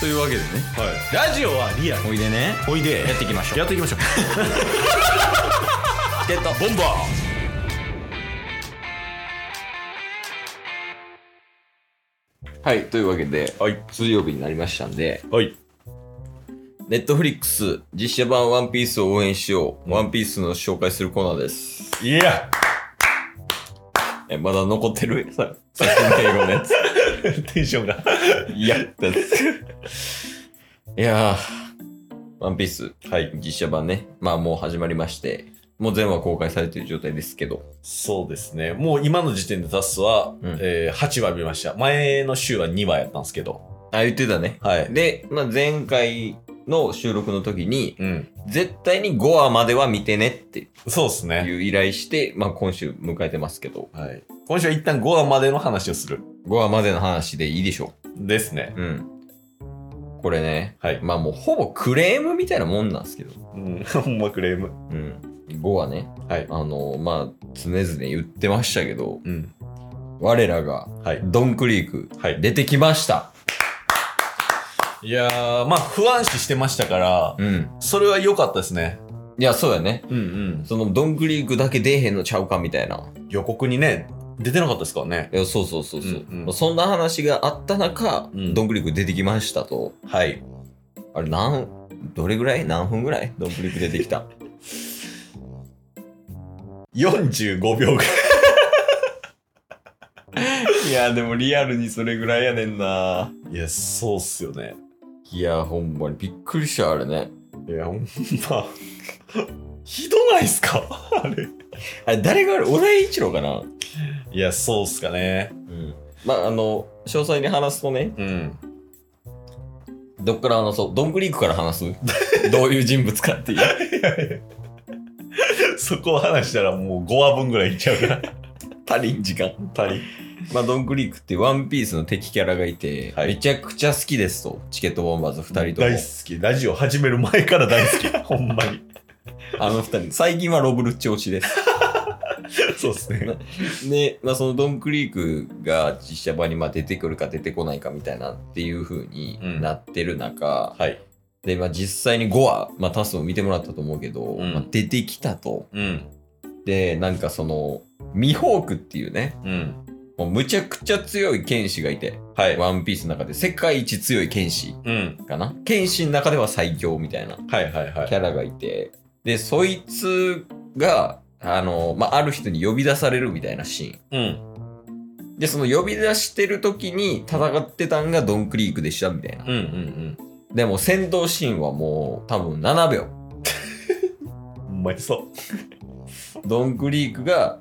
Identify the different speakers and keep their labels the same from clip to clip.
Speaker 1: というわけでね
Speaker 2: はい、ラジオはリアル
Speaker 1: おいでね
Speaker 2: おいで
Speaker 1: やっていきましょう
Speaker 2: やっていきましょう
Speaker 1: ゲットボンバーはいというわけで、
Speaker 2: はい
Speaker 1: 水曜日になりましたんで
Speaker 2: はい
Speaker 1: ネットフリックス実写版ワンピースを応援しよう、ワンピースの紹介するコーナーです
Speaker 2: いや
Speaker 1: えまだ残って るさ最新英語のやつ
Speaker 2: テンションが
Speaker 1: いやったやついやーワンピース
Speaker 2: はい
Speaker 1: 実写版ねまあもう始まりましてもう全話公開されてる状態ですけど
Speaker 2: そうですねもう今の時点でタスは、
Speaker 1: うん
Speaker 2: えー、8話見ました前の週は2話やったんですけど
Speaker 1: あ言ってたね
Speaker 2: はい
Speaker 1: で、まあ、前回の収録の時に
Speaker 2: うん
Speaker 1: 絶対に5話までは見てねって
Speaker 2: そうですね、
Speaker 1: いう依頼して、まあ、今週迎えてますけど
Speaker 2: はい、今週は一旦5話までの話をする
Speaker 1: 5話までの話でいいでしょ
Speaker 2: ですね
Speaker 1: う、うん、これね
Speaker 2: はい、
Speaker 1: まあもうほぼクレームみたいなもんなんですけど、
Speaker 2: うん、 ほんまクレーム
Speaker 1: うん、5話ね
Speaker 2: はい
Speaker 1: あのまあ常々言ってましたけど
Speaker 2: うん
Speaker 1: 我らが
Speaker 2: はい
Speaker 1: ドンクリーク
Speaker 2: はい
Speaker 1: 出てきました、
Speaker 2: いやーまあ不安視してましたから、
Speaker 1: うん
Speaker 2: それは良かったですね
Speaker 1: いやそうやね
Speaker 2: うんうん
Speaker 1: そのドンクリークだけ出えへんのちゃうかみたいな
Speaker 2: 予告にね出てなかったですからね
Speaker 1: いやそうそうそうそう、
Speaker 2: うんうん
Speaker 1: まあそんな話があった中、
Speaker 2: うん
Speaker 1: ドンクリーク出てきましたと
Speaker 2: はい
Speaker 1: あれなんどれぐらい何分ぐらいドンクリーク出てきた
Speaker 2: 45秒ぐらい
Speaker 1: いやでもリアルにそれぐらいやねんない
Speaker 2: やそうっすよね
Speaker 1: いやほんまにびっくりしたあれね
Speaker 2: いやほんまひどないっすかあれ
Speaker 1: あれ誰があれ小田栄一郎かな、
Speaker 2: いやそうっすかね
Speaker 1: うん、まああの詳細に話すとね
Speaker 2: うん
Speaker 1: どっから話そうドンクリークから話 すどういう人物かっていう
Speaker 2: そこを話したらもう5話分ぐらいいっちゃうから
Speaker 1: 足りん時間
Speaker 2: 足り
Speaker 1: まあ、ドンクリークっていうワンピースの敵キャラがいて、
Speaker 2: はい
Speaker 1: めちゃくちゃ好きですとチケットボンバーズ2人とも
Speaker 2: 大好きラジオ始める前から大 好きほんまに
Speaker 1: あの2人最近はロブルッチ推しです
Speaker 2: そうっすね
Speaker 1: で、まあ、そのドンクリークが実写版にまあ出てくるか出てこないかみたいなっていう風になってる中、
Speaker 2: はい
Speaker 1: で、まあ、実際に5話、まあ、タスも見てもらったと思うけど、
Speaker 2: うん
Speaker 1: まあ、出てきたと。
Speaker 2: うん
Speaker 1: で、なんかその、ミホークっていうね、
Speaker 2: うん
Speaker 1: もうむちゃくちゃ強い剣士がいて、
Speaker 2: はい
Speaker 1: ワンピースの中で世界一強い剣士
Speaker 2: うん
Speaker 1: かな。剣士の中では最強みたいな
Speaker 2: はいはいは
Speaker 1: キ
Speaker 2: い
Speaker 1: ャラがいて、で、そいつが、あの、まあ、ある人に呼び出されるみたいなシーン。
Speaker 2: うん
Speaker 1: で、その呼び出してる時に戦ってたんがドンクリークでしたみたいな
Speaker 2: うんう。ん
Speaker 1: でも戦闘シーンはもう多分7秒。
Speaker 2: うんほんまにそ
Speaker 1: ドンクリークが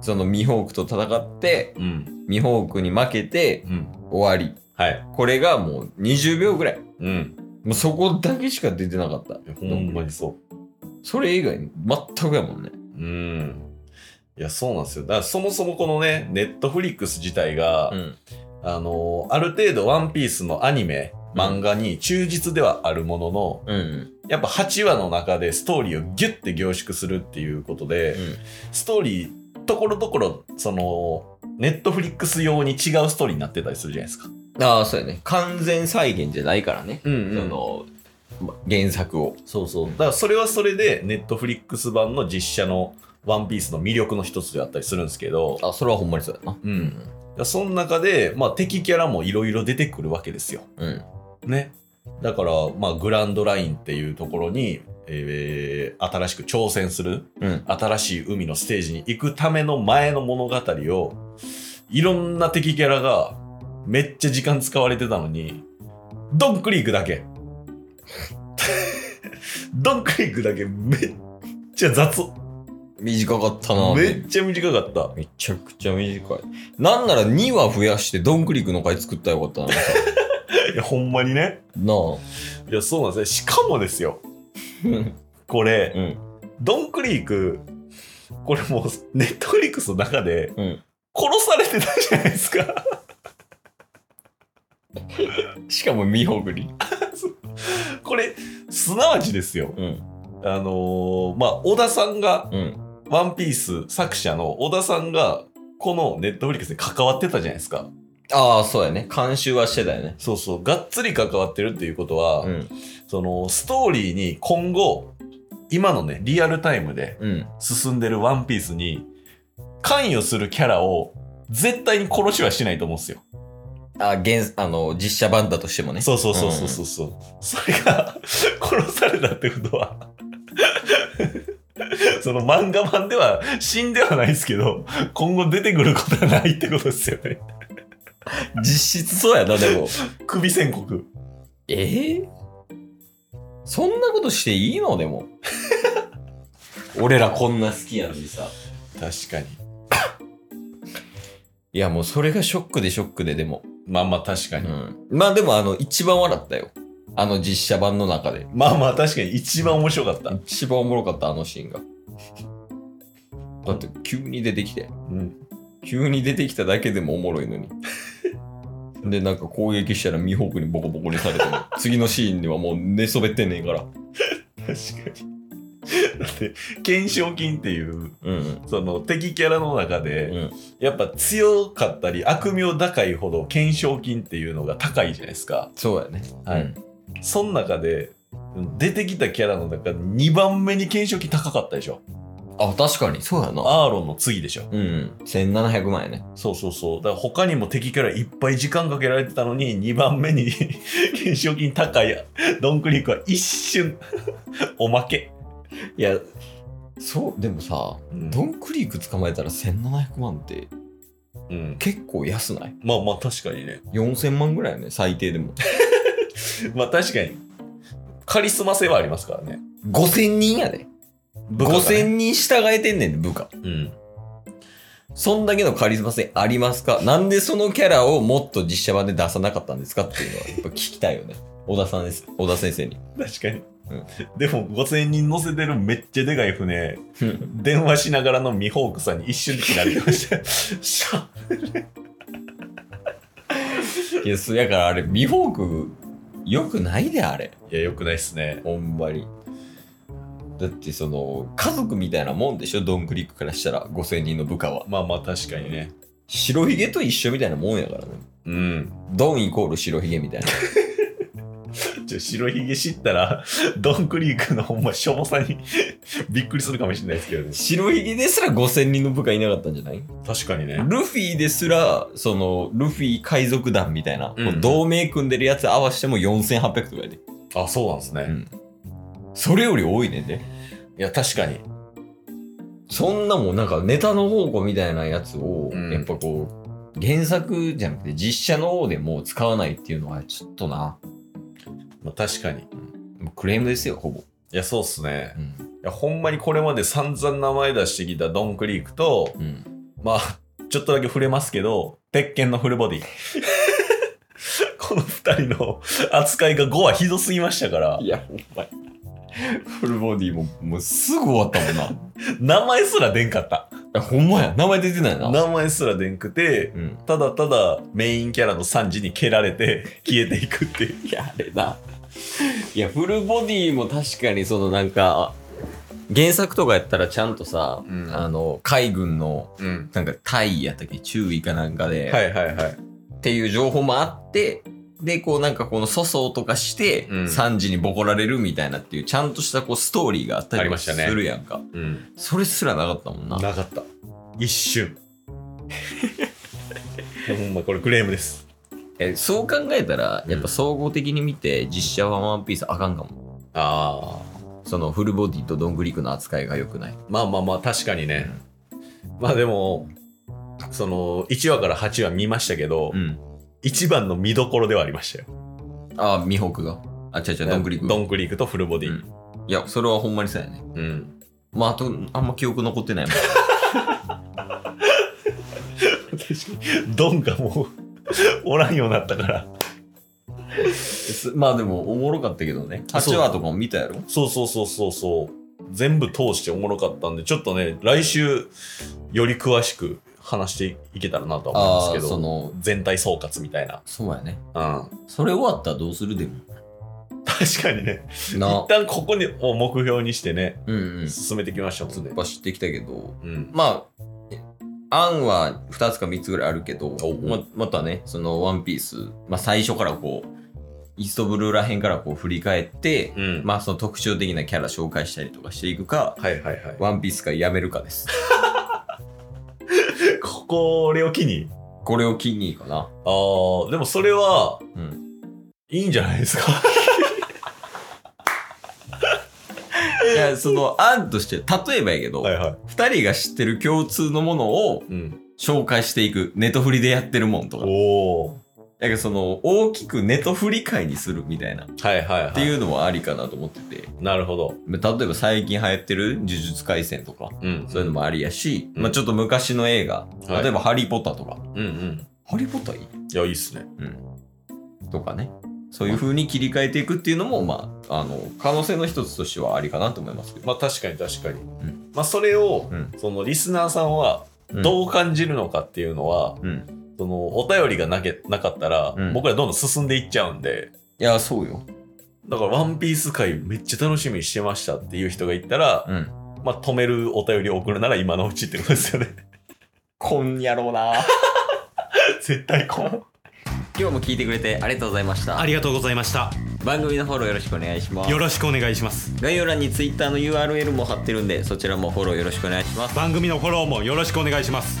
Speaker 1: そのミホークと戦って、
Speaker 2: ううん
Speaker 1: ミホークに負けて
Speaker 2: うん
Speaker 1: 終わり。
Speaker 2: はい
Speaker 1: これがもう20秒ぐらい。
Speaker 2: うん
Speaker 1: もうそこだけしか出てなかった。
Speaker 2: ほんまにそう
Speaker 1: それ以外全くやもんね。
Speaker 2: うん。いや、そうなんですよ。だからそもそもこのね、ネットフリックス自体が、
Speaker 1: ん。
Speaker 2: あのーある程度ワンピースのアニメ、漫画に忠実ではあるものの、
Speaker 1: うん。
Speaker 2: やっぱ8話の中でストーリーをギュッて凝縮するっていうことで、ストーリー、ところどころ、その、ネットフリックス用に違うストーリーになってたりするじゃないですか。
Speaker 1: ああ、そうやね。完全再現じゃないからね。
Speaker 2: うん
Speaker 1: その、ま原作を。
Speaker 2: そうそう。だからそれはそれで、ネットフリックス版の実写のワンピースの魅力の一つであったりするんですけど、
Speaker 1: あ、それはほんまにそうやな。
Speaker 2: うん。いやその中で、まあ、敵キャラもいろいろ出てくるわけですよ。
Speaker 1: うん。
Speaker 2: ね。だから、まあ、グランドラインっていうところに、えー新しく挑戦する、
Speaker 1: うん。
Speaker 2: 新しい海のステージに行くための前の物語を、いろんな敵キャラがめっちゃ時間使われてたのに、ドンクリークだけ。 ドンクリークだけめっちゃ雑。
Speaker 1: 短かったな。
Speaker 2: めっちゃ短かった。
Speaker 1: めちゃくちゃ短い。なんなら2話増やしてドンクリークの回作ったらよかったな。
Speaker 2: いや、ほんまにね。
Speaker 1: ない
Speaker 2: や、そうなんですね。しかもですよ。
Speaker 1: あ。
Speaker 2: これ、
Speaker 1: うん。
Speaker 2: ドンクリーク、これもう、ネットフリックスの中で、
Speaker 1: うん
Speaker 2: 殺されてたじゃないですか。
Speaker 1: しかもミホグリ。
Speaker 2: これ、すなわちですよ。
Speaker 1: うん。
Speaker 2: あのーまあ、小田さんが、
Speaker 1: うん。
Speaker 2: ワンピース作者の小田さんが、このネットフリックスに関わってたじゃないですか。
Speaker 1: ああ、そうやね。監修はしてたよね。
Speaker 2: そうそう、がっつり関わってるっていうことは、
Speaker 1: うん。
Speaker 2: そのストーリーに今後、今のね、リアルタイムで
Speaker 1: うん。
Speaker 2: 進んでるワンピースに、関与するキャラを絶対に殺しはしないと思うんですよ。
Speaker 1: あ、現、あの、実写版だとしてもね。
Speaker 2: そうそうそうそうそうそう。それが殺されたってことは その漫画版では死んではないですけど今後出てくることはないってことですよね
Speaker 1: 実質そうやな、でも。
Speaker 2: 首宣告
Speaker 1: ええそんなことしていいのでも。 俺らこんな好きやのにさ。
Speaker 2: 確かに
Speaker 1: いや、もうそれがショックでショックで、でも。
Speaker 2: まあまあ確か
Speaker 1: う
Speaker 2: に、
Speaker 1: ん。まあでも、あの、一番笑ったよ。あの実写版の中で。
Speaker 2: まあまあ確かに一番面白かった、
Speaker 1: 一番おもろかった、あのシーンが。だって、急に出てきて。
Speaker 2: うん
Speaker 1: 急に出てきただけでもおもろいの に。で、なんか攻撃したらミホークにボコボコにさ れても、次のシーンではもう寝そべってんねんから。
Speaker 2: 確かに だって懸賞金っていう
Speaker 1: うん
Speaker 2: その敵キャラの中で、
Speaker 1: うん。うん。
Speaker 2: やっぱ強かったり悪名高いほど懸賞金っていうのが高いじゃないですか
Speaker 1: そうやね。
Speaker 2: はい
Speaker 1: うん
Speaker 2: その中で出てきたキャラの中で2番目に懸賞金高かったでしょ
Speaker 1: あ、確かに。そうやな。
Speaker 2: アーロンの次でしょ
Speaker 1: うん、1700万やね。
Speaker 2: そうそうそうだから他にも敵キャラいっぱい時間かけられてたのに2番目に 懸賞金高いドンクリークは一瞬 おまけ、
Speaker 1: いや、そう、でもさ、
Speaker 2: うん
Speaker 1: ドンクリーク捕まえたら1700万って
Speaker 2: うん
Speaker 1: 結構安ない
Speaker 2: まあまあ確かにね
Speaker 1: ?4000 万ぐらいやね、最低でも。
Speaker 2: まあ確かにカリスマ性はありますからね
Speaker 1: 5000人やで、
Speaker 2: 部下がね
Speaker 1: 5000人従えてんねんで、部下。
Speaker 2: うん
Speaker 1: そんだけのカリスマ性ありますかなんでそのキャラをもっと実写版で出さなかったんですかっていうのは、やっぱ聞きたいよね。小田さんです。小田先生に。
Speaker 2: 確かに、
Speaker 1: うん
Speaker 2: でも5000人乗せてるめっちゃでかい船
Speaker 1: うん
Speaker 2: 電話しながらのミホークさんに一瞬で切られてました しゃ
Speaker 1: いや、そやからあれ、ミホーク、良くないで、あれ。
Speaker 2: いやよくないっすね
Speaker 1: ほんまに。だってその家族みたいなもんでしょドンクリックからしたら5,000人の部下は
Speaker 2: まあまあ確かにね
Speaker 1: 白ひげと一緒みたいなもんやからね
Speaker 2: うん
Speaker 1: ドンイコール白ひげみたいな
Speaker 2: ちょ白ひげ知ったらドンクリークのほんましょぼさに びっくりするかもしれないですけどね
Speaker 1: 白ひげですら5,000人の部下いなかったんじゃない
Speaker 2: 確かにね
Speaker 1: ルフィですらそのルフィ海賊団みたいな、
Speaker 2: うん
Speaker 1: こう同盟組んでるやつ合わせても4,800とかやで、
Speaker 2: あそうなんですね
Speaker 1: うんそれより多いねんで
Speaker 2: いや確かに
Speaker 1: そんなもんなんかネタの宝庫みたいなやつを、
Speaker 2: うん
Speaker 1: やっぱこう原作じゃなくて実写の方でもう使わないっていうのはちょっとな
Speaker 2: まあ確かにい
Speaker 1: もうクレームですよほぼ、
Speaker 2: やそうっすね
Speaker 1: うん
Speaker 2: いやほんまにこれまで散々名前出してきたドンクリークと
Speaker 1: うん、
Speaker 2: まあ、ちょっとだけ触れますけど、鉄拳のフルボディ。 この二人の扱いが5はひどすぎましたから、
Speaker 1: いやほんまに フルボディももうすぐ終わったもんない
Speaker 2: 名前すら出んかった。
Speaker 1: やほんまや名前出てないな
Speaker 2: 名前すら出んくて、
Speaker 1: うん、
Speaker 2: ただただメインキャラのサンジに蹴られて 消えていくっていう。
Speaker 1: いやあれないやフルボディも確かにそのなんか原作とかやったらちゃんとさ、
Speaker 2: うん
Speaker 1: あの海軍の
Speaker 2: うん。
Speaker 1: なんかタイやったっけ注意かなんかで、
Speaker 2: はいはいはい。
Speaker 1: っていう情報もあって、で、こうなんかこの粗相とかして、
Speaker 2: うん
Speaker 1: 3時にボコられるみたいなっていう、ちゃんとしたこうストーリーがあった
Speaker 2: あ
Speaker 1: りと
Speaker 2: りま
Speaker 1: か
Speaker 2: した
Speaker 1: す
Speaker 2: ね
Speaker 1: るやんか。
Speaker 2: うん。
Speaker 1: それすらなかったもんな。
Speaker 2: なかった。一瞬。ほんまこれクレームです。
Speaker 1: えそう考えたら、
Speaker 2: うん
Speaker 1: やっぱ総合的に見て、実写はワンピースあかんかも。
Speaker 2: ああ。
Speaker 1: そのフルボディとドングリクの扱いが良くない。
Speaker 2: まあまあまあ確かにね、まあでもその1話から8話見ましたけど、
Speaker 1: うん。
Speaker 2: 一番の見どころではありましたよ
Speaker 1: ああ、ミホークが。あ、違う違う、ドングリク。
Speaker 2: ドンクリークとフルボディ、
Speaker 1: うんいや、それはほんまにそうやね。
Speaker 2: うん
Speaker 1: まあ、あと、あんま記憶残ってないもん。
Speaker 2: 確かにドンがもう おらんようになったから
Speaker 1: す まあでも、おもろかったけどね。
Speaker 2: あそう
Speaker 1: 8話とかも見たやろ
Speaker 2: そうそうそうそうそう全部通しておもろかったんでちょっとね来週より詳しく話していけたらなとは思
Speaker 1: あ
Speaker 2: うん
Speaker 1: あ、
Speaker 2: ですけ
Speaker 1: そ
Speaker 2: ど
Speaker 1: の、
Speaker 2: 全体総括みたいな、
Speaker 1: そうやね。
Speaker 2: うん、
Speaker 1: それ終わったらどうするでも。
Speaker 2: 確かにね
Speaker 1: な
Speaker 2: 一、旦ここにを目標にしてね
Speaker 1: うんうん。
Speaker 2: 進めてきましょうので
Speaker 1: 突っ走ってきたけど、
Speaker 2: うん
Speaker 1: まあ、え案は2つか3つぐらいあるけど
Speaker 2: おう、
Speaker 1: ままたね、そのワンピース、まあ最初からこう、イーストブルーらへんからこう振り返って、
Speaker 2: うん
Speaker 1: まあその特徴的なキャラ紹介したりとかしていくか、
Speaker 2: はいはいはい。
Speaker 1: ワンピースかやめるかです。
Speaker 2: ここれを機に。
Speaker 1: これを機にかな。
Speaker 2: ああ、でもそれは、
Speaker 1: うん。
Speaker 2: いいんじゃないですか。
Speaker 1: いや、その案として、例えばやけど、
Speaker 2: はいはい。
Speaker 1: 2人が知ってる共通のものを
Speaker 2: うん。
Speaker 1: 紹介していく。ネトフリでやってるもんとか。だ
Speaker 2: おお。
Speaker 1: からその、大きくネトフリ会にするみたいな。
Speaker 2: はいはいはい。
Speaker 1: って
Speaker 2: う。
Speaker 1: いうのもありかなと思ってて。
Speaker 2: なるほど。
Speaker 1: 例えば最近流行ってる呪術廻戦とか、
Speaker 2: うん
Speaker 1: そういうのもありやし、
Speaker 2: うん
Speaker 1: まあちょっと昔の映画、
Speaker 2: はい
Speaker 1: 例えばハリーポッターとか、
Speaker 2: うんうん。
Speaker 1: ハリーポッターいい
Speaker 2: いや、いいっすね。
Speaker 1: とかね。そういう風に切り替えていくっていうのも、まあ、あの、可能性の一つとしてはありかなと思いますけど。
Speaker 2: まあ確かに確かに。
Speaker 1: ん
Speaker 2: まあそれを、
Speaker 1: うん
Speaker 2: そのリスナーさんは
Speaker 1: うん
Speaker 2: どう感じるのかっていうのは、
Speaker 1: うん。
Speaker 2: そのお便りがなけなかったら、
Speaker 1: うん
Speaker 2: 僕らどんどん進んでいっちゃうんで、
Speaker 1: いや、そうよ。
Speaker 2: だからワンピース回めっちゃ楽しみにしてましたっていう人がいたら、
Speaker 1: うん。
Speaker 2: まあ止めるお便りを送るなら今のうちってことですよね。
Speaker 1: こんやろうな。
Speaker 2: 絶対こう。
Speaker 1: 今日も聞いてくれてありがとうございました
Speaker 3: あ。りがとうございました。
Speaker 1: 番組のフォローよろしくお願いします
Speaker 3: よ。ろしくお願いします。
Speaker 1: 概要欄に Twitter の URL も貼ってるんで、そちらもフォローよろしくお願いします。
Speaker 3: 番組のフォローもよろしくお願いします。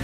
Speaker 3: す